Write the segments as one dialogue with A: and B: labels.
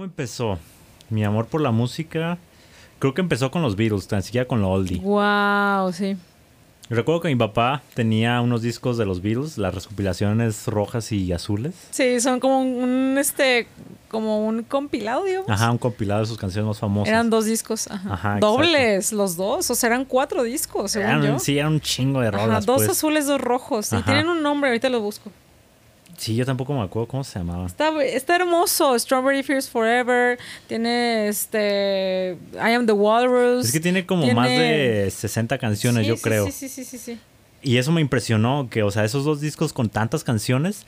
A: empezó mi amor por la música? Creo que empezó con los Beatles, tan siquiera con la oldie.
B: Wow, sí.
A: Recuerdo que mi papá tenía unos discos de los Beatles, las recopilaciones rojas y azules.
B: Sí, son como un, un, este, como un compilado, digamos.
A: Ajá, un compilado de sus canciones más famosas.
B: Eran dos discos, ajá.
A: Ajá,
B: Dobles, los dos, o sea, eran cuatro discos, según
A: Eran-
B: yo.
A: sí, eran un chingo de
B: Ajá,
A: rolas.
B: dos
A: pues.
B: azules, dos rojos. Y
A: Ajá.
B: tienen un nombre, ahorita lo busco.
A: Sí, yo tampoco me acuerdo cómo se llamaban.
B: Está, está hermoso. Strawberry Fears Forever. Tiene este. I Am the Walrus.
A: Es que tiene como más de 60 canciones,
B: Pues Sí,
A: yo
B: sí,
A: creo.
B: Sí, sí, sí, sí, sí.
A: Y eso me impresionó, que, o sea, esos dos discos con tantas canciones,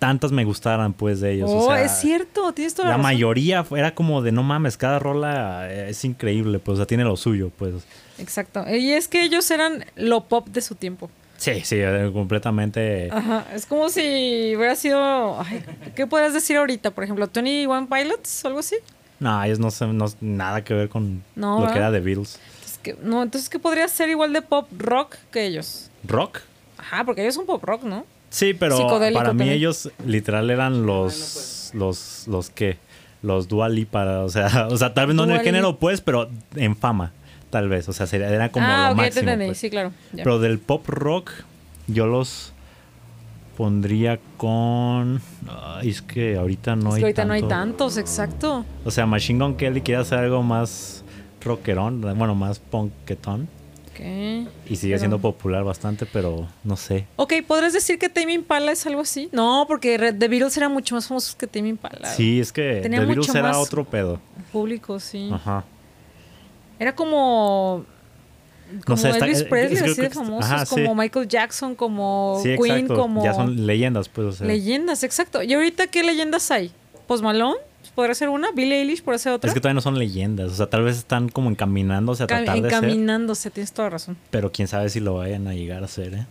A: tantas me gustaran, pues, de ellos. o
B: oh,
A: sea,
B: es cierto, tienes toda la,
A: La
B: razón.
A: mayoría fue- era como de no mames, cada rola eh, es increíble, pues, o sea, tiene lo suyo, pues.
B: Exacto. Y es que ellos eran lo pop de su tiempo.
A: Sí, sí, eh, completamente.
B: Ajá. Es como si hubiera sido. ay, ¿Qué podrías decir ahorita? Por ejemplo, ¿21 Pilots? ¿Algo así?
A: No, ellos no, se- no nada que ver con
B: No,
A: lo
B: ¿verdad?
A: que era de Beatles.
B: Entonces, ¿qué- no, entonces, ¿qué podría ser igual de pop rock que ellos?
A: ¿Rock?
B: Ajá, porque ellos son pop rock, ¿no?
A: Sí, pero
B: Psicodélico
A: para mí
B: también.
A: ellos literal eran los los los que los Dua Lipa, o sea, o sea, tal vez no en
B: Dua
A: el género pues, pero en fama, tal vez, o sea, sería- era como lo
B: ah, ok, te
A: máximo.
B: entendí.
A: pues.
B: Sí, claro. ya.
A: Pero del pop rock yo los pondría con ay, es que ahorita no
B: es
A: hay
B: que ahorita
A: tanto.
B: no hay tantos, exacto.
A: O sea, Machine Gun Kelly quería hacer algo más rockerón, bueno, más punketón
B: Ok.
A: y sigue
B: Pero-
A: siendo popular bastante, pero no sé.
B: Ok, ¿podrías decir que Tame Impala es algo así? No, porque Red- The Beatles eran mucho más famosos que Tame Impala.
A: Sí, es que
B: Tenía
A: The Beatles
B: mucho
A: era
B: más- Mm.
A: otro pedo.
B: Público, sí.
A: Ajá.
B: Era como... Como
A: sé, está- eh,
B: Elvis
A: es-
B: Presley,
A: creo
B: así de
A: que-
B: famosos.
A: ajá, sí.
B: como Michael Jackson, como
A: Sí,
B: Queen,
A: exacto.
B: como...
A: Ya son leyendas, pues, o sea.
B: Leyendas, exacto. ¿Y ahorita qué leyendas hay? ¿Post Malone? ¿Podría ser una? ¿Billie Eilish? ¿Podría ser otra?
A: Es que todavía no son leyendas. O sea, tal vez están como encaminándose a
B: Cam-
A: tratar de ser.
B: encaminándose, tienes toda razón.
A: Pero quién sabe si lo vayan a llegar a ser, ¿eh?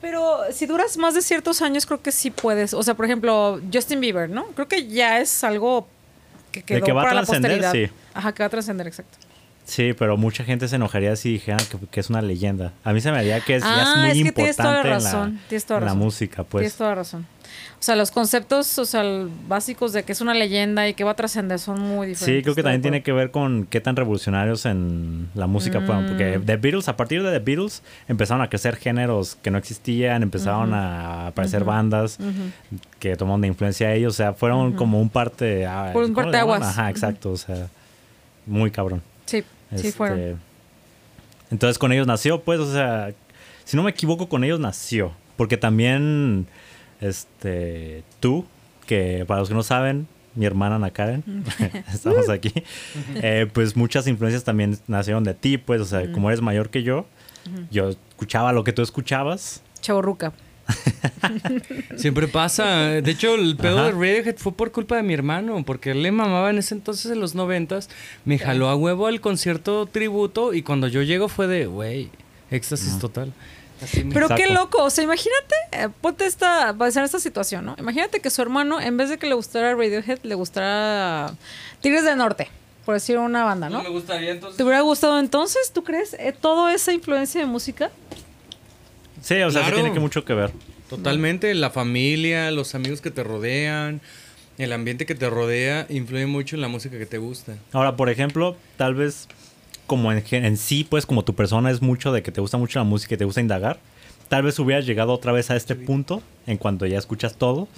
B: Pero si duras más de ciertos años, creo que sí puedes. O sea, por ejemplo, Justin Bieber, ¿no? Creo que ya es algo que quedó
A: que va a
B: para la
A: trascender,
B: posteridad.
A: sí.
B: Ajá, que va a trascender, exacto.
A: Sí, pero mucha gente se enojaría si dijeran que, que es una leyenda. A mí se me haría que es, ya es
B: Ah,
A: muy
B: es que tienes toda la
A: importante en
B: razón,
A: la,
B: tienes toda
A: en la
B: razón.
A: música,
B: Tienes
A: pues.
B: toda razón. O sea, los conceptos o sea, el- básicos de que es una leyenda y que va a trascender son muy diferentes.
A: Sí, creo que
B: estoy de
A: también tiene que ver con qué tan revolucionarios en la música
B: Mm.
A: fueron. Porque The Beatles, a partir de The Beatles, empezaron a crecer géneros que no existían, empezaron a aparecer bandas que tomaron de influencia a ellos. O sea, fueron como un parte. ah,
B: Por un
A: ¿cómo le
B: parteaguas.
A: llaman? Ajá, exacto. O sea, muy cabrón.
B: acuerdo. Sí, sí
A: Este,
B: fueron.
A: Entonces con ellos nació, pues, o sea, si no me equivoco, con ellos nació. Porque también, este, tú, que para los que no saben, mi hermana Ana Karen,
B: Mm.
A: estamos aquí, eh, pues muchas influencias también nacieron de ti, pues, o sea,
B: Mm.
A: como eres mayor que yo, yo escuchaba lo que tú escuchabas.
B: Chavorruca.
C: Siempre pasa. De hecho, el pedo
A: Ajá.
C: de Radiohead fue por culpa de mi hermano, porque él le mamaba en ese entonces, en los noventas, me jaló a huevo al concierto tributo y cuando yo llego fue de, güey, éxtasis total. Así me-
B: Pero
A: Exacto.
B: qué loco, o sea, imagínate, eh, ponte esta, va a ser esta situación, ¿no? Imagínate que su hermano, en vez de que le gustara Radiohead, le gustara Tigres del Norte, por decir una banda, ¿no?
C: gustaría entonces.
B: ¿Te hubiera gustado entonces? ¿Tú crees eh, toda esa influencia de música?
A: Sí, o sea, sí
C: Claro.
A: tiene que mucho que ver.
C: Totalmente, la familia, los amigos que te rodean, el ambiente que te rodea influye mucho en la música que te gusta.
A: Ahora, por ejemplo, tal vez como en, gen- en sí, pues como tu persona es mucho de que te gusta mucho la música y te gusta indagar, tal vez hubieras llegado otra vez a este punto en cuanto ya escuchas todo,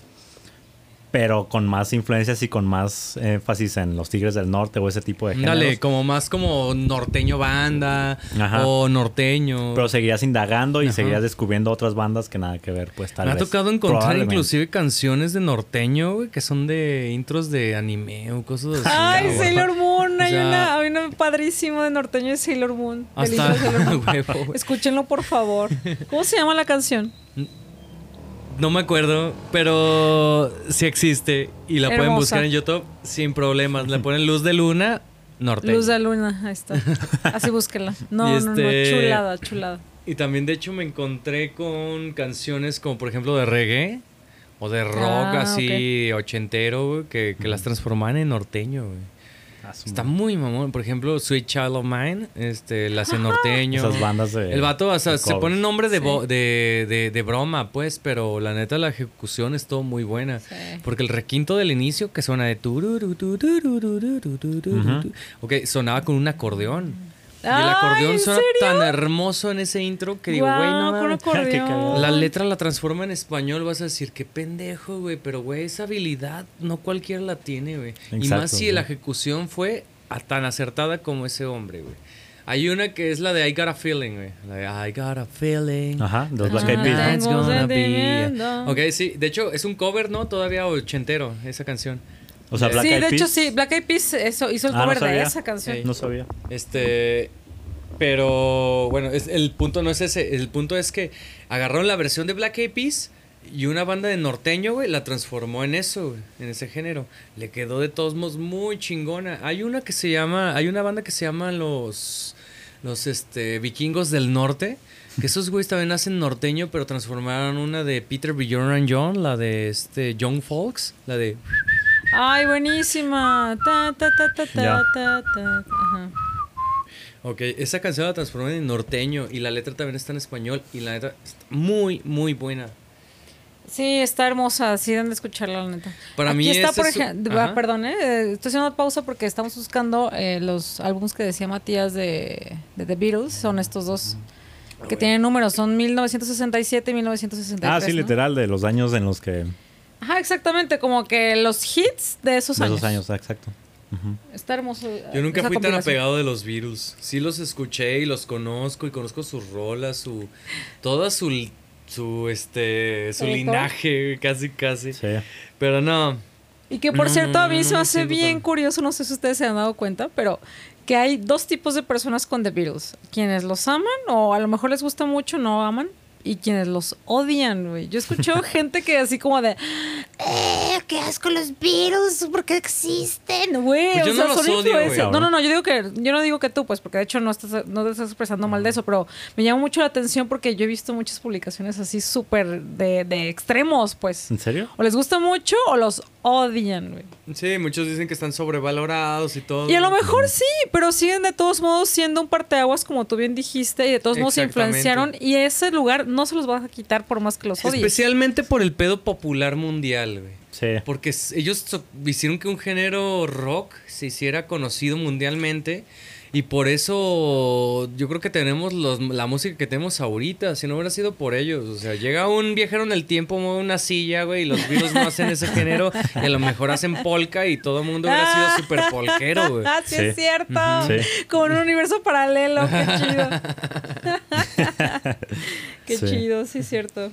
A: pero con más influencias y con más énfasis en los Tigres del Norte o ese tipo de géneros.
C: Dale, como más como norteño banda
A: Ajá.
C: o norteño.
A: Pero seguirías indagando y
C: Ajá.
A: seguirías descubriendo otras bandas que nada que ver, pues tal
C: Me ha
A: vez.
C: tocado encontrar
A: Probablemente.
C: inclusive canciones de norteño, güey, que son de intros de anime o cosas así.
B: Ay,
C: güey.
B: Sailor Moon, hay
C: O sea-
B: una, hay una padrísima de norteño de Sailor Moon. del himno de Sailor
C: Hasta
B: Moon.
C: huevo, güey.
B: Escúchenlo, por favor. ¿Cómo se llama la canción?
C: No me acuerdo, pero sí existe y la pueden
B: Hermosa.
C: buscar en YouTube sin problemas. La ponen Luz de Luna, norteño.
B: Luz de Luna, ahí está. Así búsquenla. No,
C: Y
B: no, no,
C: este-
B: chulada, chulada.
C: Y también, de hecho, me encontré con canciones como, por ejemplo, de reggae o de rock
B: Ah,
C: así ochentero, güey, que, que las transformaban en norteño, güey.
A: Ah,
C: Está muy mamón. Por ejemplo, Sweet Child of Mine, este, La Hace Norteño.
A: Esas bandas de-
C: El vato, o
A: de
C: sea, se
A: covers.
C: pone nombre de, bo- de, de- de broma, pues, pero la neta la ejecución estuvo muy buena.
B: Sí.
C: Porque el requinto del inicio que suena de. tururu, tururu, tururu, tururu,
A: Ujú.
C: Ok, sonaba con un acordeón. Y el
B: Ay,
C: acordeón
B: ¿en
C: suena
B: serio?
C: tan hermoso en ese intro que digo, güey, no.
B: Guau, con
C: mames".
B: acordeón.
A: Qué cagado.
C: La letra la transforma en español, vas a decir, qué pendejo, güey, pero, güey, esa habilidad no cualquiera la tiene, güey. Y
A: Exacto,
C: más si
A: güey.
C: la ejecución fue a- tan acertada como ese hombre, güey. Hay una que es la de I Got a Feeling, güey. La de I Got a Feeling.
A: Ajá, los Black
B: Eyed Peas.
C: Tonight's gonna
B: Tengo
C: be- Ok, sí, de hecho es un cover, ¿no? Todavía ochentero, esa canción.
A: O sea, Black
B: sí,
A: Eyed
B: de hecho
A: Peas.
B: sí, Black Eyed Peas eso, hizo el
A: Ah, no
B: cover de
A: sabía.
B: esa canción.
A: No sabía.
C: Este. Pero bueno, es- el punto no es ese. El punto es que agarraron la versión de Black Eyed Peas y una banda de norteño, güey, la transformó en eso, güey, en ese género. Le quedó de todos modos muy chingona. Hay una que se llama. Hay una banda que se llama Los. Los este, vikingos del norte. Que esos güeyes también hacen norteño, pero transformaron una de Peter Bjorn John, la de este John Folks, la de.
B: Ay, buenísima. Ta, ta, ta, ta, ta,
A: Ya.
B: ta, ta. Ajá.
C: Ok, esa canción la transformó en norteño y la letra también está en español y la letra está muy, muy buena.
B: Sí, está hermosa, sí dan de escucharla, la neta.
C: Para
B: Aquí
C: mí
B: está,
C: ese
B: por
C: es un-
B: ejemplo,
C: Ajá.
B: perdón, eh, estoy haciendo una pausa porque estamos buscando eh, los álbumes que decía Matías de, de The Beatles, son estos dos que tienen números, son 1967 y 1963.
A: Ah, sí,
B: ¿no?
A: literal, de los años en los que. De
B: Ajá, exactamente, como que los hits de esos años.
A: esos años, exacto. Ujú.
B: Está hermoso. eh,
C: Yo nunca
B: esa
C: fui tan
B: compilación.
C: apegado de los virus. Sí los escuché y los conozco y conozco sus rolas, su toda su su este su
B: ¿Trayectoria?
C: linaje, casi casi.
A: Sí.
C: Pero no,
B: Y que por
C: No,
B: cierto,
C: no,
B: a mí
C: no,
B: se
C: no,
B: me
C: no
B: hace
C: siento
B: bien
C: tan-
B: curioso, no sé si ustedes se han dado cuenta, pero que hay dos tipos de personas con The Beatles. Quienes los aman o a lo mejor les gusta mucho, no aman. Y quienes los odian, güey. Yo escuché gente que así como de... ¡Eh, qué asco los virus! ¿Por qué existen, güey?
C: Pues yo
B: o
C: no
B: sea,
C: los
B: son
C: odio, güey,
B: influencers. No,
A: cabrón.
B: no, no. Yo, digo que, yo no digo que tú, pues, porque de hecho no, estás, no te estás expresando mal de eso. Pero me llama mucho la atención porque yo he visto muchas publicaciones así súper de, de extremos, pues.
A: ¿En serio?
B: O les gusta mucho o los odian, güey.
C: sí, muchos dicen que están sobrevalorados y todo.
B: Y a lo mejor sí, pero siguen de todos modos siendo un parteaguas, como tú bien dijiste, y de todos modos se
C: Exactamente.
B: influenciaron. Y ese lugar no se los vas a quitar por más que los odies.
C: especialmente por el pedo popular mundial, güey.
A: Sí.
C: Porque s- ellos so- hicieron que un género rock se hiciera conocido mundialmente. Y por eso yo creo que tenemos los- la música que tenemos ahorita. Si no hubiera sido por ellos. O sea, llega un viajero en el tiempo, mueve una silla, güey. Y los virus no hacen ese género. Y a lo mejor hacen polka. Y todo el mundo hubiera sido súper polquero, güey.
B: Ah, sí, es
A: Sí.
B: cierto.
A: Ujú. Sí.
B: Como en un universo paralelo. Qué chido. Qué
A: Sí.
B: chido, sí, es cierto.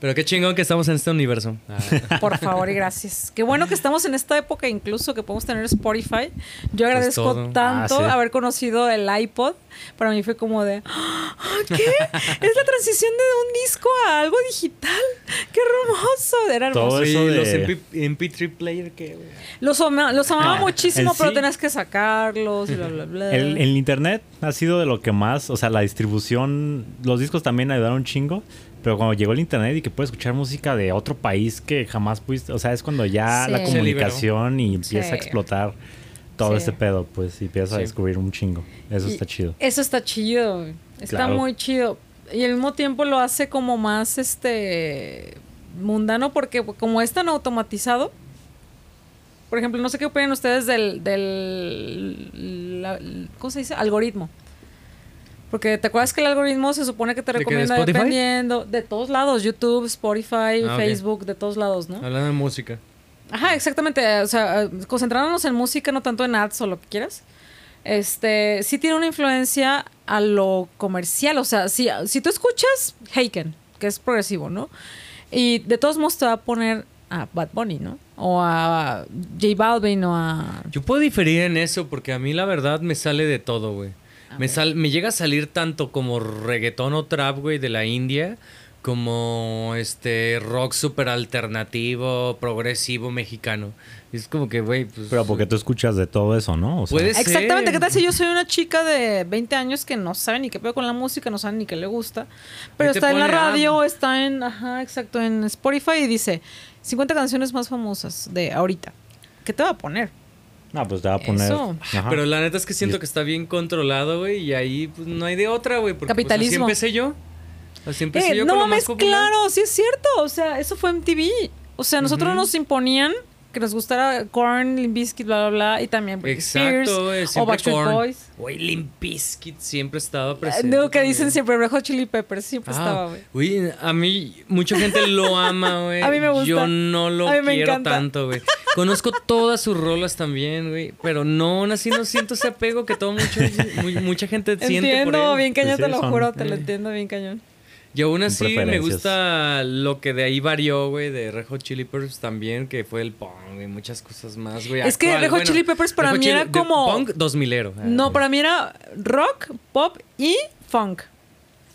C: Pero qué chingón que estamos en este universo. Ah,
B: Por favor y gracias. Qué bueno que estamos en esta época incluso que podemos tener Spotify. Yo agradezco
C: todo.
B: tanto
A: Pues Ah, sí.
B: haber conocido el iPod. Para mí fue como de, "Ah, ¿qué? Es la transición de un disco a algo digital. Qué hermoso. Era hermoso.
A: Todo
C: y
A: eso de-
C: los MP, 3 player que, güey.
B: Los, ama- los amaba
A: Ah,
B: muchísimo,
A: el
B: pero
A: sí.
B: tenías que sacarlos, bla, bla, bla.
A: El,
C: Eh.
A: el internet ha sido de lo que más, o sea, la distribución, los discos también ayudaron un chingo, pero cuando llegó el internet y que puedes escuchar música de otro país que jamás pudiste, o sea, es cuando ya
B: Sí.
A: la
B: Se
A: comunicación y empieza
B: Sí.
A: a explotar todo
B: Sí.
A: este pedo, pues, y empieza a
C: Sí.
A: descubrir un chingo. Eso
B: Y
A: está chido.
B: Eso está chido. güey. Está
A: Claro.
B: muy chido. Y al mismo tiempo lo hace como más este mundano porque como es tan automatizado. Por ejemplo, no sé qué opinan ustedes del, del la- ¿cómo se dice? algoritmo. Porque te acuerdas que el algoritmo se supone que te
C: ¿De qué? ¿De
B: recomienda
C: Spotify?
B: dependiendo de todos lados, YouTube, Spotify,
C: Ah, ok.
B: Facebook, de todos lados, ¿no?
C: Hablando de música.
B: Ajá, exactamente. O sea, eh, concentrándonos en música, no tanto en ads o lo que quieras. Este, sí tiene una influencia a lo comercial. O sea, si, si tú escuchas Haken, que es progresivo, ¿no? Y de todos modos te va a poner a Bad Bunny, ¿no? O a J Balvin o a...
C: Yo puedo diferir en eso porque a mí la verdad me sale de todo, güey. Me, sal- me llega a salir tanto como reggaetón o trap, güey, de la India, como este rock super alternativo, progresivo mexicano. Y es como que, güey, pues...
A: Pero porque tú escuchas de todo eso, ¿no? O sea,
C: Puedes- Sí.
B: Exactamente, ¿qué tal si yo soy una chica de 20 años que no sabe ni qué pedo con la música, no sabe ni qué le gusta, pero
C: te
B: está en la
C: pone, ah.
B: radio, está en, ajá, exacto, en Spotify y dice 50 canciones más famosas de ahorita. ¿Qué te va a poner?
A: No, pues te va a poner.
B: Eso.
A: Ajá.
C: Pero la neta es que
A: Y-
C: siento que está bien controlado, güey, y ahí pues, no hay de otra, güey. Porque, pues, así
B: Capitalismo.
C: empecé yo. Así
B: Eh,
C: empecé Pues yo
B: no
C: con lo más
B: mames,
C: popular.
B: claro, sí es cierto. O sea, eso fue MTV. O sea, nosotros
C: Ujú.
B: nos imponían que nos gustara Korn, Limp Bizkit, bla, bla, bla, y también Britney Spears,
C: Exacto, güey.
B: o
C: siempre
B: Backstreet
C: Korn.
B: Boys.
C: Güey, Limp Bizkit siempre estaba
B: Eh,
C: presente.
B: No, que
C: también.
B: dicen siempre Red Hot Chili Peppers, siempre
C: Ah,
B: estaba, güey.
C: Güey, a mí mucha gente lo ama, güey.
B: A mí me gusta.
C: Yo no lo
B: A mí me
C: quiero
B: encanta.
C: tanto, güey. Conozco todas sus rolas también, güey. Pero no, aún así no siento ese apego que todo mucho, muy- mucha gente siente por
B: Entiendo,
C: él.
B: bien cañón,
A: Pues Sí,
B: te lo
A: son-
B: juro, te lo
C: eh.
B: entiendo bien cañón.
C: Y aún así me
A: Preferencias.
C: gusta lo que de ahí varió, güey, de Rejo Chili Peppers también, que fue el punk, güey, muchas cosas más, güey.
B: Es que
C: actual.
B: Red Hot Chili Peppers para
C: Red Hot
B: mí era
C: de-
B: como-
C: Punk eh. 2000
B: No, para mí era rock, pop y funk.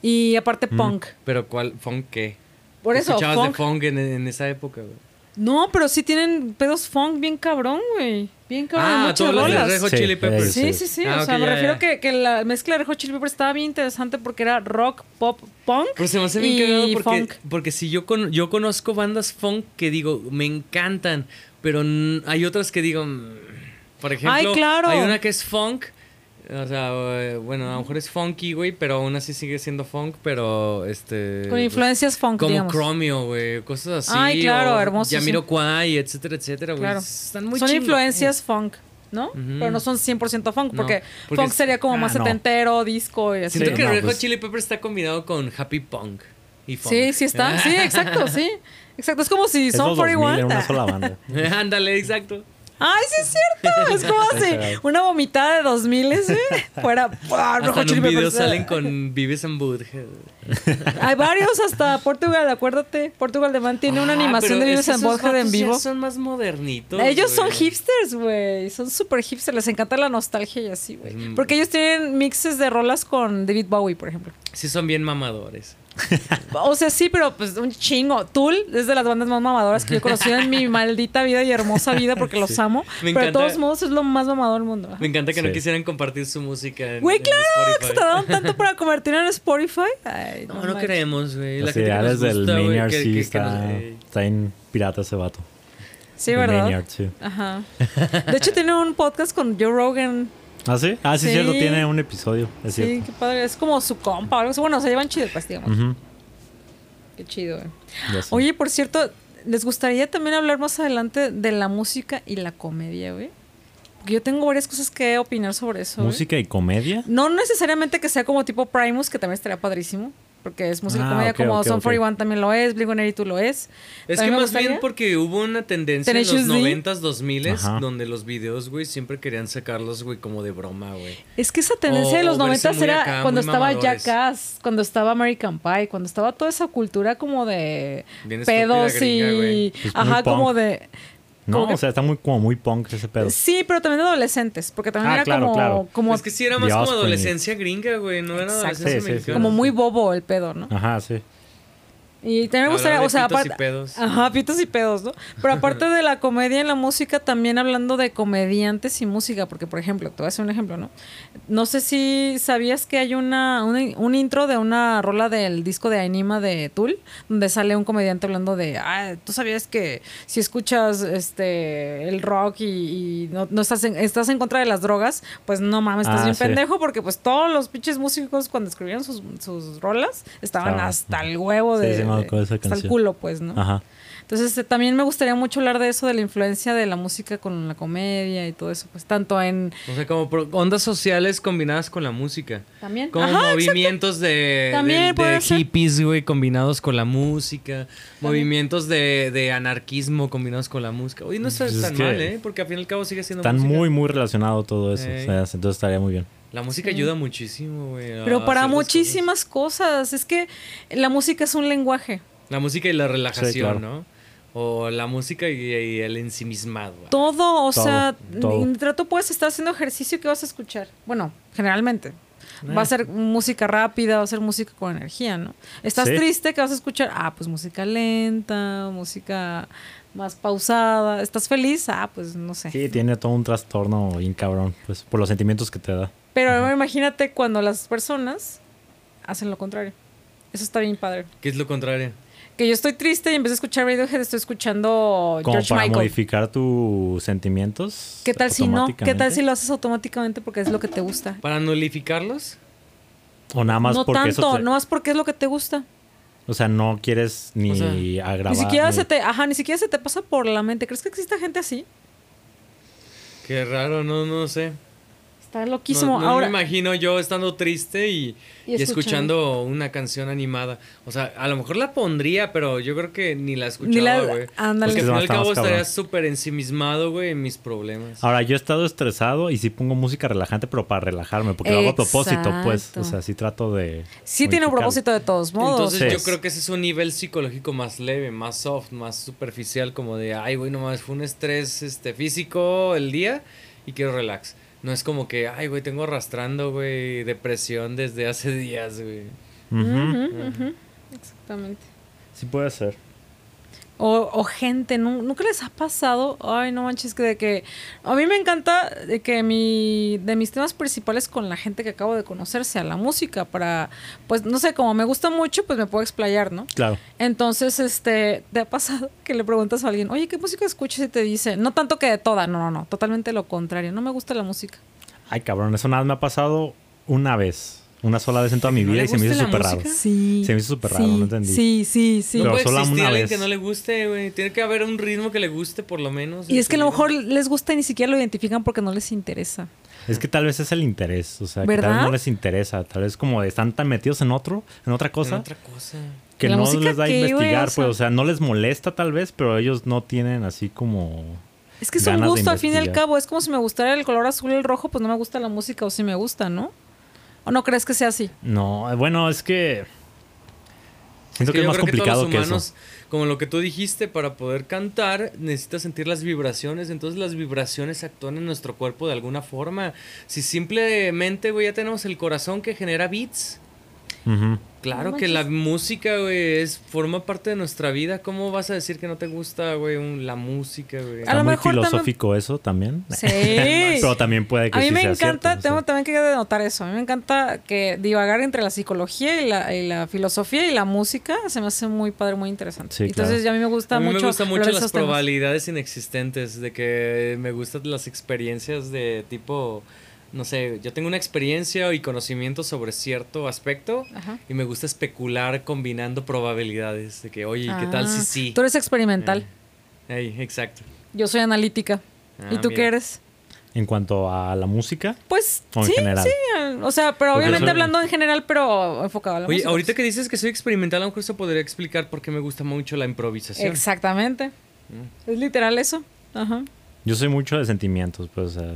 B: Y aparte
C: Mm.
B: punk.
C: Pero ¿cuál? ¿Funk qué?
B: Por
C: ¿Qué
B: eso,
C: escuchabas
B: funk.
C: de funk en, en esa época, güey?
B: No, pero sí tienen pedos funk bien cabrón, güey. Bien cabrón. en
C: Ah,
B: muchas
C: todos los de
B: rolas.
C: Red Hot
A: Sí,
C: Chili Peppers.
A: ellos.
B: Sí, sí, sí. o
C: Ah, ok,
B: sea, me
C: ya,
B: refiero
C: ya.
B: que, que la mezcla de Red Hot Chili Peppers estaba bien interesante porque era rock, pop, punk.
C: Pero Pues se me hace bien cagado
B: y
C: porque,
B: funk.
C: porque si yo, con, yo conozco bandas funk que digo, me encantan, pero n- hay otras que digo, mm, por ejemplo,
B: Ay, claro.
C: hay una que es funk, o sea, eh, bueno, a lo mejor es funky, güey, pero aún así sigue siendo funk, pero este...
B: Con
C: pues,
B: influencias funk,
C: Como
B: digamos.
C: Chromio, güey, cosas así.
B: Ay, claro,
C: o
B: hermoso, sí.
C: Jamiroquai, etcétera, etcétera, güey.
B: Claro.
C: Están muy
B: son
C: chingones.
B: influencias funk, ¿no?
C: Ujú.
B: Pero no son 100% funk
C: No,
B: porque,
C: porque
B: funk
C: es-
B: sería como
A: ah,
B: más
A: no.
B: setentero, disco y así.
C: Siento
A: Sí,
C: que
A: no,
C: Red Hot
A: pues-
C: Chili Pepper está combinado con Happy Punk y funk.
B: Sí, sí está. Sí, exacto, sí. Exacto, es como si
A: Es
B: son
A: los 2000 en
B: 41.
A: una sola banda.
C: Ándale, exacto.
B: Ay, sí es cierto. Es como así,
A: Literal.
B: una vomitada de 2000 ¿eh? fuera. ah, ¡buah! Red
C: Hasta
B: Hot
C: en
B: Chili
C: un video
B: Peppers.
C: salen con Vives en Budge.
B: Hay varios hasta Portugal, acuérdate. Portugal de Man tiene una
C: Ah,
B: animación
C: pero
B: de
C: es
B: Vives
C: que
B: en
C: esos
B: Borja de en
C: vatos ya
B: vivo.
C: son más modernitos.
B: Ellos son
C: güey.
B: hipsters, güey. Son super hipsters. Les encanta la nostalgia y así, güey.
C: Mm.
B: Porque ellos tienen mixes de rolas con David Bowie, por ejemplo.
C: Sí, son bien mamadores.
B: O sea, sí, pero pues un chingo. Tool es de las bandas más mamadoras que yo he conocido en mi maldita vida y hermosa vida porque los amo.
C: Me
B: pero de
C: encanta-
B: todos modos es lo más mamador del mundo. Ajá.
C: Me encanta que no
A: Sí.
C: quisieran compartir su música. en-
B: Ah. Güey,
C: en
B: claro, que se
C: Spotify.
B: tardaron tanto para convertirlo en Spotify. Ay,
C: No, no
B: manches.
C: queremos, güey. La
A: Las
C: gente que nos
A: ideales del
C: gusta, güey,
A: Maynard
C: que- que-
A: sí
C: que
A: está,
C: nos- eh,
A: está en pirata ese vato.
B: Sí,
A: El
B: ¿verdad?
A: Maynard, sí.
B: Ajá. De hecho, tiene un podcast con Joe Rogan.
A: ¿Ah, sí? Ah, sí,
B: Sí.
A: es cierto, tiene un episodio, es
B: Sí,
A: cierto. Mm.
B: qué padre. Es como su compa o algo así. Bueno, se llevan chido, pues, digamos.
A: Ujú,
B: Qué chido, güey.
A: ya sé.
B: Oye, por cierto, ¿les gustaría también hablar más adelante de la música y la comedia, güey? Porque yo tengo varias cosas que opinar sobre eso. güey.
A: ¿Música y comedia?
B: No necesariamente que sea como tipo Primus, que también estaría padrísimo. Porque es música y
A: Ah,
B: comedia,
A: ok,
B: como
A: ok,
B: Son
A: ok.
B: 41 también lo es, Blink-182 lo es.
C: Es que
B: También me
C: más bien
B: gustaría-
C: porque hubo una tendencia en los
B: Tenacious D.
C: 90s, 2000s,
A: Ajá.
C: donde los videos, güey, siempre querían sacarlos, güey, como de broma, güey.
B: Es que esa tendencia
C: O-
B: de los
C: o verse
B: 90
C: muy
B: era
C: acá,
B: cuando
C: muy
B: estaba
C: mamadores.
B: Jackass, cuando estaba American Pie, cuando estaba toda esa cultura como de
C: Bien estúpida
B: pedos
C: gringa,
B: y
C: güey.
A: Pues muy
B: ajá,
A: punk.
B: como de
A: No,
B: como que-
A: o sea, está muy como muy punk ese pedo.
B: Sí, pero también de adolescentes, porque también
A: Ah,
B: era
A: claro,
B: como
A: claro.
B: como
C: es que sí era más
A: The
C: como
A: Offspring.
C: adolescencia gringa, güey. No era
B: Exacto.
C: adolescencia
A: Sí, sí, sí.
C: mexicana.
B: como muy bobo el pedo, ¿no?
A: Ajá, sí.
B: Y también me gustaría,
C: Hablar de
B: o sea,
C: pitos y
B: aparte-
C: pedos.
B: Ajá, pitos y pedos, ¿no? Pero aparte de la comedia en la música, también hablando de comediantes y música, porque por ejemplo, te voy a hacer un ejemplo, ¿no? No sé si sabías que hay una, un, un intro de una rola del disco de Anima de Tool, donde sale un comediante hablando de, ah, tú sabías que si escuchas este el rock y, y no, no estás, en, estás en contra de las drogas, pues no mames, estás
A: Ah,
B: bien
A: sí.
B: pendejo, porque pues todos los pinches músicos cuando escribían sus, sus rolas estaban
A: Estaban-
B: hasta el huevo
A: Sí,
B: de,
A: sí me acuerdo de esa
B: hasta el
A: canción.
B: culo, pues, ¿no?
A: Ajá.
B: Entonces este, también me gustaría mucho hablar de eso, de la influencia de la música con la comedia y todo eso, pues tanto en...
C: O sea, como pro- ondas sociales combinadas con la música.
B: También.
C: Como
B: Ajá,
C: movimientos de,
B: También
C: de-
B: puede
C: de
B: ser.
C: hippies, güey, combinados con la música. Movimientos de, de anarquismo combinados con la música. Oye, no está
A: Pues es
C: tan
A: que
C: mal, ¿eh? Porque al fin y al cabo sigue siendo
A: Están
C: música.
A: muy, muy relacionado todo eso.
C: Ey.
A: o sea, entonces estaría muy bien.
C: La música ayuda muchísimo, güey. a
B: Pero para
C: hacer las cosas.
B: muchísimas cosas. es que la música es un lenguaje.
C: La música y la
A: claro.
C: relajación, ¿no? O la música y, y el ensimismado.
B: Todo, o
A: Todo,
B: sea,
A: todo.
B: en trato puedes estar haciendo ejercicio que vas a escuchar. Bueno, generalmente.
A: Eh.
B: Va a ser música rápida, va a ser música con energía, ¿no? Estás
A: Sí.
B: triste, que vas a escuchar? Ah, pues música lenta, música más pausada. ¿Estás feliz? Ah, pues no sé.
A: Sí, tiene todo un trastorno bien cabrón, pues, por los sentimientos que te da.
B: Pero imagínate cuando las personas hacen lo contrario. Eso está bien padre.
C: ¿Qué es lo contrario?
B: Que yo estoy triste y en vez de escuchar Radiohead estoy escuchando
A: Como
B: Oh, George
A: para
B: Michael.
A: modificar tus sentimientos.
B: ¿Qué tal si no? ¿Qué tal
A: automáticamente.
B: si lo haces automáticamente porque es lo que te gusta?
C: ¿Para nulificarlos?
A: O nada más
B: no
A: porque
B: tanto,
A: eso. te-
B: no más porque es lo que te gusta.
A: O sea, no quieres ni
C: O sea,
A: agravar.
B: ni siquiera
A: ni-
B: se te, ajá, ni siquiera se te pasa por la mente. ¿Crees que exista gente así?
C: Qué raro, no, no sé.
B: Está
C: No,
B: loquísimo.
C: no
B: Ahora
C: me imagino yo estando triste y,
B: Y
C: y escuchando una canción animada. O sea, a lo mejor la pondría, pero yo creo que ni la
B: Ni la-
C: escuchaba, güey.
B: ándale.
C: Porque
A: Sí,
C: al final y
A: está
C: al
A: más cabrón.
C: cabo
A: Ah,
C: estaría súper ensimismado, güey, en mis problemas.
A: Ahora, yo he estado estresado y sí pongo música relajante, pero para relajarme, porque lo hago a propósito, pues.
B: Exacto.
A: O sea, sí trato de.
B: sí tiene un
A: modificarlo.
B: propósito de todos modos.
C: Entonces
A: Sí.
C: yo creo que ese es un nivel psicológico más leve, más soft, más superficial, como de, ay, güey, nomás fue un estrés este, físico el día y quiero relax. No es como que, ay, güey, tengo arrastrando, güey, depresión desde hace días, güey.
A: Ujú.
B: Ujú, ujú. Exactamente.
A: Sí, puede ser.
B: O, o gente, ¿nu- ¿nunca les ha pasado? Ay, no manches, que de que... A mí me encanta de que mi, de mis temas principales con la gente que acabo de conocer sea la música para... Pues, no sé, como me gusta mucho, pues me puedo explayar, ¿no?
A: Claro.
B: Entonces, este, ¿te ha pasado que le preguntas a alguien, oye, ¿qué música escuchas? Y te dice, no tanto que de toda, no, no, no, totalmente lo contrario, no me gusta la música.
A: Ay, cabrón, eso nada más me ha pasado una vez. Una sola vez en toda mi
C: ¿No le
A: vida y se me
C: gusta
A: hizo
C: la
A: súper raro.
C: música?
B: Sí.
A: Se me hizo súper raro, no entendí.
B: Sí, sí, sí.
A: Pero
C: no puede
A: solo
C: existir
A: una
C: alguien
A: vez.
C: que no le guste, güey. Tiene que haber un ritmo que le guste, por lo menos.
B: y
C: en
B: es que a
C: su
B: lo
C: vida.
B: mejor les gusta y ni siquiera lo identifican porque no les interesa.
A: Es que tal vez es el interés, o sea, que tal
B: ¿Verdad?
A: vez no les interesa, tal vez como están tan metidos en otro, en otra
C: En
A: cosa,
C: otra cosa.
A: que
B: ¿La
A: no
B: música
A: les da a
B: qué, güey?
A: investigar,
B: O sea-
A: pues, o sea, no les molesta tal vez, pero ellos no tienen así como
B: Es que es un
A: ganas de
B: gusto, al fin y al
A: investigar.
B: cabo. Es como si me gustara el color azul y el rojo, pues no me gusta la música, o si me gusta, ¿no? ¿O no crees que sea así?
A: No, eh, bueno, es que siento que,
C: yo
A: es más
C: creo todos
A: complicado
C: los
A: que,
C: humanos,
A: eso.
C: Como lo que tú dijiste, para poder cantar necesitas sentir las vibraciones, entonces las vibraciones actúan en nuestro cuerpo de alguna forma. Si simplemente, güey, ya tenemos el corazón que genera beats.
A: Ujú.
C: Claro
B: No
C: que la música, güey, es, forma parte de nuestra vida. ¿Cómo vas a decir que no te gusta, güey, un- la música, güey?
B: A
A: Está
B: lo
A: muy
B: mejor también-
A: filosófico eso también.
B: Sí.
A: pero también puede que
B: A mí
A: sí
B: me
A: sea
B: encanta,
A: cierto, o sea.
B: tengo también que denotar eso. A mí me encanta que divagar entre la psicología y la, y la filosofía y la música se me hace muy padre, muy interesante.
A: Sí,
B: Entonces,
A: claro.
B: ya a mí me gusta
C: a mí
B: mucho.
C: me gustan mucho
B: hablar de
C: las
B: esos temas.
C: probabilidades inexistentes, de que me gustan las experiencias de tipo, no sé, yo tengo una experiencia y conocimiento sobre cierto aspecto
B: Ajá.
C: y me gusta especular combinando probabilidades, de que, oye, ¿qué tal
B: Ah,
C: si sí? Eh.
B: Tú eres experimental,
C: Ey, exacto.
B: yo soy analítica.
C: Ah,
B: ¿Y tú
C: mira.
B: qué eres?
A: En cuanto a la música,
B: Pues
A: O en
B: sí,
A: general.
B: sí. eh, O sea, pero
A: Porque
B: obviamente
A: eso-
B: hablando en general, pero enfocado a la
C: Oye,
B: música.
C: ahorita que dices que soy experimental, a lo mejor se podría explicar por qué me gusta mucho la improvisación.
B: Exactamente.
A: Mm.
B: Es literal eso. Ajá. Ah,
A: yo soy mucho de sentimientos, pues, o sea,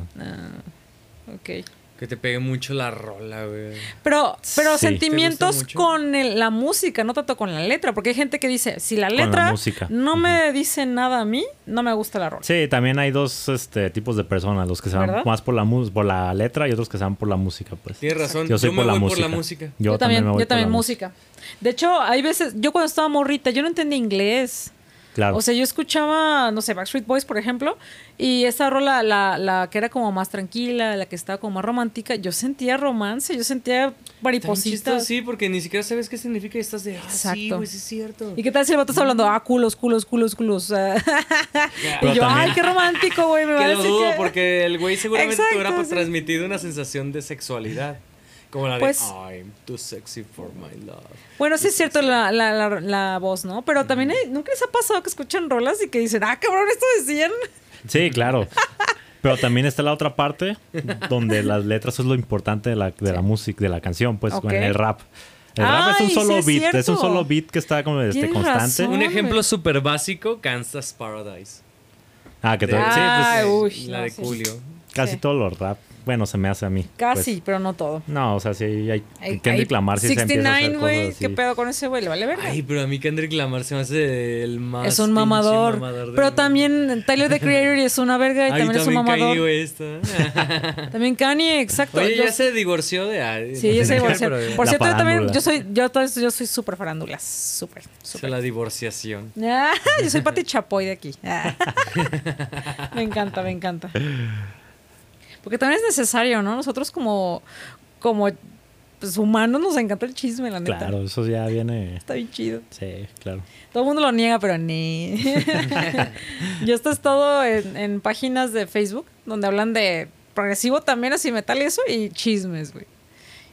B: Ok.
C: Que te pegue mucho la rola, güey.
B: Pero, pero
A: Sí.
B: sentimientos
C: ¿Te gusta mucho?
B: con el- la música, no tanto con la letra, porque hay gente que dice, si la
A: la
B: letra
A: música.
B: no me dice nada a mí, no me gusta la rola.
A: Sí, también hay dos este, tipos de personas, los que se van
B: ¿Verdad?
A: más por la mus- por la letra y otros que se van por la música, pues.
C: Tienes razón,
A: Yo
C: yo,
A: soy
C: me
A: por, la
C: voy
A: música.
C: por la música.
A: Yo, también, me voy
B: yo
A: por
B: también
A: la
B: música. De hecho, hay veces, yo cuando estaba morrita, yo no entendía inglés.
A: Claro.
B: O sea, yo escuchaba, no sé, Backstreet Boys, por ejemplo, y esa rola, la, la que era como más tranquila, la que estaba como más romántica, yo sentía romance, yo sentía
C: Tan chistoso,
B: maripositas.
C: Sí, porque ni siquiera sabes qué significa y estás de, ah, sí,
B: Exacto.
C: güey, sí es cierto.
B: ¿Y qué tal si el vato está hablando? Ah, culos, culos, culos, culos. ah,
A: Pero
B: y yo,
A: también-
B: ay, qué romántico, güey. Me va a
C: Que lo
B: decir
C: dudo,
B: que-
C: porque el güey seguramente te hubiera
B: Exacto, sí.
C: transmitido una sensación de sexualidad. Como la de
B: Pues-
C: I'm too sexy for my love.
B: Bueno, sí es cierto la, la, la, la voz, ¿no? Pero también eh, nunca les ha pasado que escuchan rolas y que dicen, ah, cabrón, esto decían.
A: Sí, claro. Pero también está la otra parte donde las letras es lo importante de la, de la música, de la canción, pues,
B: Ok.
A: en el rap. El rap es
B: Ay,
A: un
B: sí
A: solo
B: es
A: beat, es un
B: cierto.
A: solo beat que está como este,
B: Tienes
A: constante.
B: razón.
C: Un
B: Hombre.
C: ejemplo súper básico, Kansas Paradise.
A: Ah, que
C: De-
A: todo- sí, pues,
B: Ay, uy,
C: la
B: no,
C: de
B: sí.
C: Julio.
A: casi
B: sí.
A: todos los rap. Bueno, se me hace a mí.
B: Casi,
A: pues.
B: pero no todo.
A: No, o sea, sí hay
B: Ay,
A: que
B: ay,
A: reclamar si se empieza a hacer
B: 69,
A: cosas
B: güey,
A: así.
B: ¿qué pedo con ese güey? ¿Le vale verga?
C: Ay, pero a mí Kendrick Lamar se me hace el más.
B: es un
C: pinche
B: mamador.
C: del
B: pero
C: mundo.
B: también Tyler, the Creator, es una verga y
C: Ay,
B: también, es un
C: Kanye
B: mamador.
C: West, ¿eh?
B: También Kanye, exacto.
C: Oye,
B: Yo-
C: ya se divorció de. Ari.
B: Sí, ya se divorció.
C: Pero-
B: Por
A: La
B: cierto, yo también,
A: farándula.
B: yo soy, yo, todo esto- yo soy súper farándula. Súper,
C: Se
B: súper.
C: la divorciación.
B: Ah, yo soy Pati Chapoy de aquí. Ah. me encanta, me encanta. Porque también es necesario, ¿no? Nosotros como, como pues, humanos nos encanta el chisme, la neta.
A: Claro, eso ya viene.
B: Está bien chido.
A: Sí, claro.
B: Todo el mundo lo niega, pero ni. y esto es todo en, en páginas de Facebook, donde hablan de progresivo también, así metal y eso, y chismes, güey.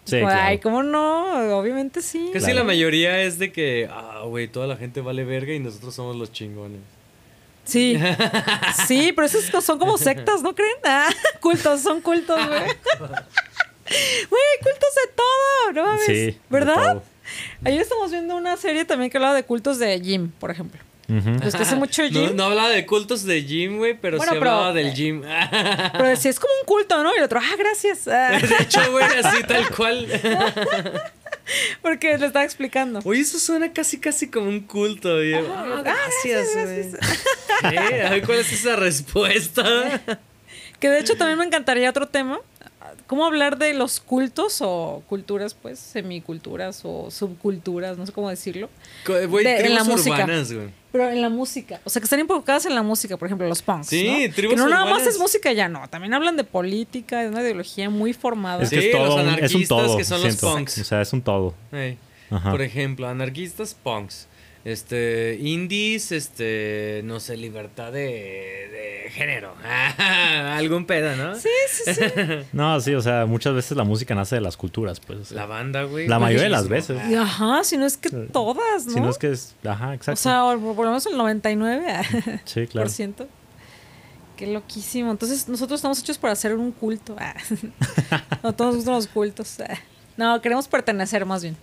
A: Sí,
B: Como,
A: claro.
B: Ay, ¿cómo no? Obviamente sí.
C: Casi
A: Claro.
C: la mayoría es de que, ah, güey, toda la gente vale verga y nosotros somos los chingones.
B: Sí. Sí, pero esos co- son como sectas, ¿no creen? Ah, cultos, son cultos, güey. Güey, cultos de todo, ¿no? mames?
A: Sí, de
B: ¿Verdad?
A: todo.
B: Ayer estamos viendo una serie también que hablaba de cultos de gym, por ejemplo.
A: Ujú.
B: Los que hacen mucho
C: No,
B: gym.
C: no hablaba de cultos de gym, güey, pero
B: Bueno,
C: sí
B: pero- eh.
C: hablaba del gym.
B: Pero decía, es como un culto, ¿no? Y el otro, ah, gracias. ah,
C: de hecho, güey, así tal cual.
B: porque le estaba explicando.
C: Oye, eso suena casi, casi como un culto. güey. Ah, gracias, güey. ¿Qué? A ver, ¿Cuál es esa respuesta?
B: Que de hecho también me encantaría otro tema. ¿Cómo hablar de los cultos o culturas, pues, semiculturas o subculturas? No sé cómo decirlo.
C: Co- Güey,
B: De- en la
C: tribus
B: música.
C: urbanas, güey.
B: Pero en la música. O sea, que están involucradas en la música, por ejemplo, los punks.
C: Sí,
B: ¿no?
C: tribus
B: Que no nada
C: urbanas.
B: más es música ya, no. También hablan de política, de una ideología muy formada.
A: Es que
C: Sí,
A: es
C: los
A: todo. un- es un
C: anarquistas
A: todo.
C: que son los
A: siento.
C: punks.
A: O sea, es un todo.
C: Ey.
A: Ajá.
C: Por ejemplo, anarquistas punks. Este, indies, este, no sé, libertad de, de género. Algún pedo, ¿no?
B: Sí, sí, sí.
A: No, sí, o sea, muchas veces la música nace de las culturas, pues. o sea,
C: La banda, güey.
A: La mayoría de las
C: Machismo.
A: veces.
B: Y Ajá, si no es que todas, ¿no?
A: Si no es que es. Ajá, exacto.
B: O sea, o por por lo menos el 99%.
A: sí, claro.
B: ah, Por ciento. Qué loquísimo. Entonces, nosotros estamos hechos para hacer un culto. Ah. No todos nos gustan los cultos. Ah. No, queremos pertenecer más bien.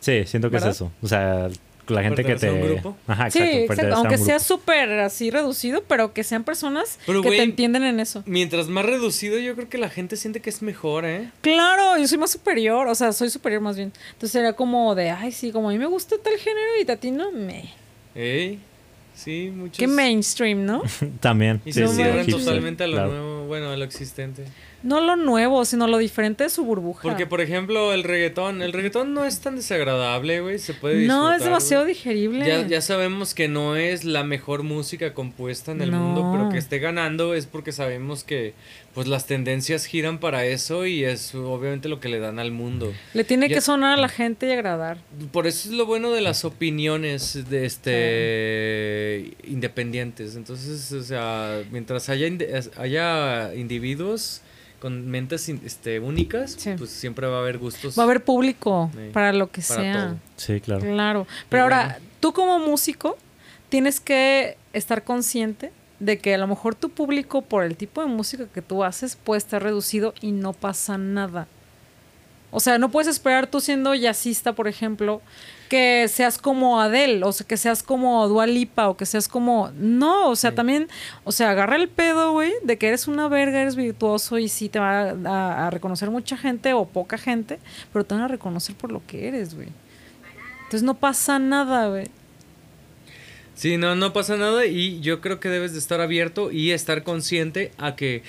A: Sí, siento que
B: ¿Verdad?
A: es eso. O sea, la gente que
C: Pertenecer
A: te.
C: a un grupo.
A: Ajá,
B: sí,
A: Ah, exacto. pertenecer
B: exacto.
A: a un
B: Aunque
A: grupo.
B: sea súper así reducido, pero que sean personas
C: Pero,
B: que
C: güey,
B: te entienden en eso.
C: Mientras más reducido, yo creo que la gente siente que es mejor, ¿eh?
B: Claro, yo soy más superior, o sea, soy superior más bien. Entonces era como de, ay, sí, como a mí me gusta tal género y a ti no, me.
C: Ey. Sí, muchos.
B: Qué mainstream, ¿no?
A: También.
C: Y
A: sí,
C: se
A: sí,
C: cierran
A: hipster,
C: totalmente a lo
A: claro.
C: nuevo, bueno, a lo existente.
B: No lo nuevo, sino lo diferente de su burbuja.
C: Porque, por ejemplo, el reggaetón. El reggaetón no es tan desagradable, güey. Se puede disfrutar.
B: no, es demasiado
C: güey.
B: digerible.
C: Ya, ya sabemos que no es la mejor música compuesta en el
B: No.
C: mundo, pero que esté ganando es porque sabemos que pues las tendencias giran para eso y es obviamente lo que le dan al mundo.
B: Le tiene
C: ya-
B: que sonar a la gente y agradar.
C: Por eso es lo bueno de las opiniones de este independientes. Entonces, o sea, mientras haya inde- haya individuos con mentes in- este únicas,
B: Sí.
C: pues siempre va a haber gustos.
B: Va a haber público
C: Sí,
B: para lo que
C: para
B: sea.
C: todo.
A: Sí, claro.
B: Claro. Pero,
C: Pero
B: ahora,
C: bueno.
B: tú como músico tienes que estar consciente de que a lo mejor tu público, por el tipo de música que tú haces, puede estar reducido y no pasa nada. O sea, no puedes esperar tú siendo jazzista, por ejemplo, que seas como Adele, o sea, que seas como Dua Lipa, o que seas como... No, o sea,
C: Sí.
B: también, o sea, agarra el pedo, güey, de que eres una verga, eres virtuoso y sí te va a, a- a reconocer mucha gente o poca gente, pero te van a reconocer por lo que eres, güey. Entonces no pasa nada, güey.
C: Sí, no, no pasa nada y yo creo que debes de estar abierto y estar consciente a que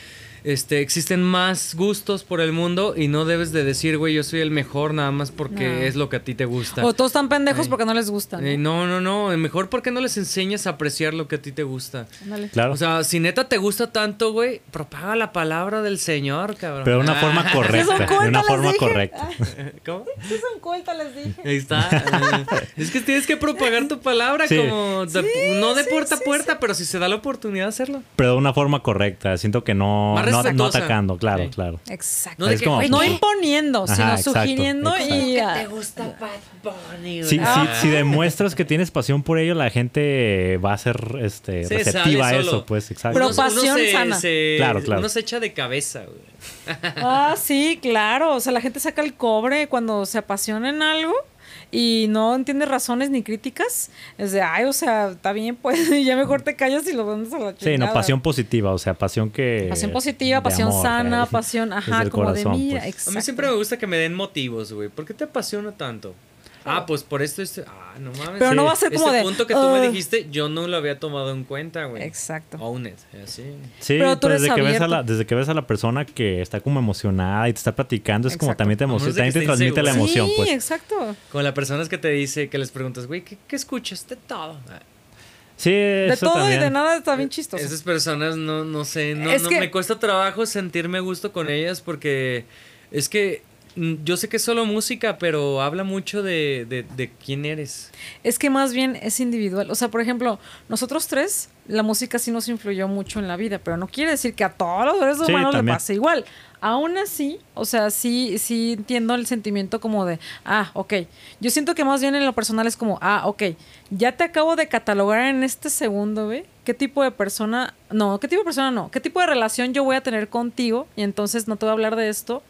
C: este, existen más gustos por el mundo y no debes de decir, güey, yo soy el mejor nada más porque
B: No.
C: es lo que a ti te gusta.
B: O todos están pendejos
C: Ey.
B: porque no les gusta. ¿no?
C: Eh, no, no, no, mejor porque no les enseñas a apreciar lo que a ti te gusta.
B: Ándale.
A: Claro.
C: O sea, si neta te gusta tanto, güey, propaga la palabra del Señor, cabrón.
A: pero de una forma correcta.
B: culto,
A: de una
B: les
A: forma
B: dije.
A: correcta.
C: ¿Cómo?
B: Sí son culto, les dije.
C: Ahí está. Eh, es que tienes que propagar tu palabra
A: Sí.
C: como de- no de
B: sí,
C: puerta
B: sí,
C: a puerta, pero si se da la oportunidad de hacerlo.
A: Pero de una forma correcta. Siento que no,
C: Más
A: no, no
C: respetuosa.
A: atacando. Claro,
C: Sí.
A: claro.
B: Exacto.
C: No de
A: Es
C: que,
A: como-
C: "Güey,
B: No
C: ¿qué?
B: imponiendo,
A: Ajá,
B: sino
A: exacto,
B: sugiriendo y...
A: exacto.
B: ah,
C: gusta Bad Bunny,
A: Si, si, si
C: Ah.
A: demuestras que tienes pasión por ello, la gente va a ser este,
C: Sí,
A: receptiva a
C: sale
A: eso,
C: solo.
A: pues, exacto.
B: Pero
C: Uno- uno
B: pasión
C: se-
B: sana.
C: se-
A: Claro, claro.
C: Uno se echa de cabeza, güey.
B: Ah, sí, claro. O sea, la gente saca el cobre cuando se apasiona en algo y no entiende razones ni críticas. Es de, ay, o sea, está bien, pues, y ya mejor te callas y lo mandas a la
A: Sí,
B: chingada.
A: no, pasión positiva, o sea, pasión que...
B: Pasión positiva,
A: de
B: pasión
A: amor,
B: sana,
A: eh,
B: pasión, ajá,
A: desde el
B: como de
A: corazón,
B: mira,
A: pues.
B: exacto.
C: A mí siempre me gusta que me den motivos, güey. ¿Por qué te apasiona tanto? Ah, pues por esto, esto. Ah, no mames.
B: Pero no
A: Sí.
B: va a ser como
C: este
B: de...
C: punto que tú
B: "Ah".
C: me dijiste, yo no lo había tomado en cuenta,
A: pues.
C: güey.
B: Exacto.
C: Own it, eh, así.
A: Sí, pues,
B: Pero tú eres
A: desde, que ves a la,
B: abierto.
A: desde que ves a la persona que está como emocionada y te está platicando, es como
B: Exacto.
A: también te,
C: A menos
A: emociona,
C: de
A: también
C: que
A: te
C: esté
A: transmite la
C: inseguro.
A: emoción,
B: sí,
A: pues.
B: exacto.
C: Con las personas que te dice, que les preguntas, güey, ¿qué, qué escuchas? De todo. Ah,
A: Sí,
B: De
A: eso
B: todo
A: también.
B: y de nada está bien chistoso.
C: Esas personas, no, no sé, no,
B: Es
C: no
B: que-
C: me cuesta trabajo sentirme a gusto con ellas porque es que mm, yo sé que es solo música, pero habla mucho de, de, de quién eres.
B: Es que más bien es individual. O sea, por ejemplo, nosotros tres, la música sí nos influyó mucho en la vida, pero no quiere decir que a todos los seres
A: Sí,
B: humanos le
A: también.
B: pase igual. Aún así, o sea, sí, sí entiendo el sentimiento como de, ah, ok. Yo siento que más bien en lo personal es como, ah, ok, ya te acabo de catalogar en este segundo, ¿ve? ¿Qué tipo de persona? No, ¿qué tipo de persona no? ¿Qué tipo de relación yo voy a tener contigo? Y entonces no te voy a hablar de esto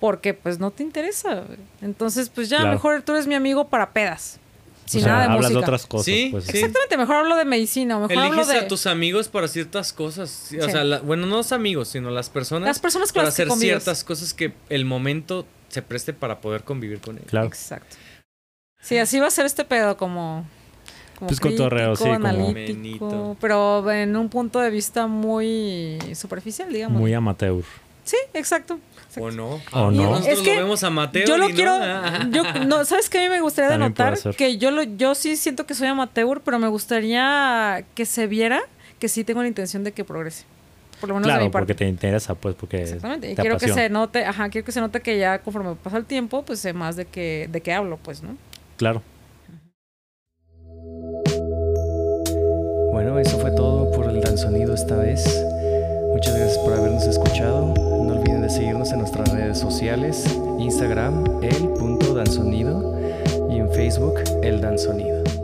B: porque pues no te interesa. güey. Entonces, pues ya,
A: Claro.
B: mejor tú eres mi amigo para pedas. Sin
A: o sea,
B: nada de
A: hablas
B: música.
A: de otras cosas.
C: Sí,
A: pues,
C: sí.
B: Exactamente, mejor hablo de medicina, o mejor
C: Eliges
B: hablo de
C: a tus amigos para ciertas cosas. sí, O
B: Sí.
C: sea, la- bueno, no los amigos, sino las personas.
B: Las personas con
C: para
B: las que
C: hacer
B: convives.
C: ciertas cosas que el momento se preste para poder convivir con ellos.
A: Claro.
B: Exacto. Sí, así va a ser este pedo como como
A: Pues cotorreo, sí, como-
B: analítico,
C: Menito.
B: pero en un punto de vista muy superficial, digamos.
A: Muy amateur.
B: sí, exacto. exacto.
C: ¿O no?
A: ¿O no?
C: Nosotros
B: Es que
C: lo vemos a Mateo.
B: yo lo
C: y no-
B: quiero
C: Ah.
B: yo no sabes que a mí me gustaría
A: También puede
B: denotar
A: ser.
B: que yo lo yo sí siento que soy amateur pero me gustaría que se viera que sí tengo la intención de que progrese por lo menos de
A: claro,
B: mi parte
A: porque te interesa, pues, porque
B: Exactamente. Y
A: te
B: quiero que
A: apasiona.
B: se note, ajá, quiero que se note que ya conforme pasa el tiempo, pues sé más de qué, de qué hablo, pues, ¿no?
A: Claro.
D: Bueno, eso fue todo por el Dan Sonido esta vez. Muchas gracias por habernos escuchado. No olviden de seguirnos en nuestras redes sociales, Instagram, el punto Dan Sonido y en Facebook, el Dan Sonido.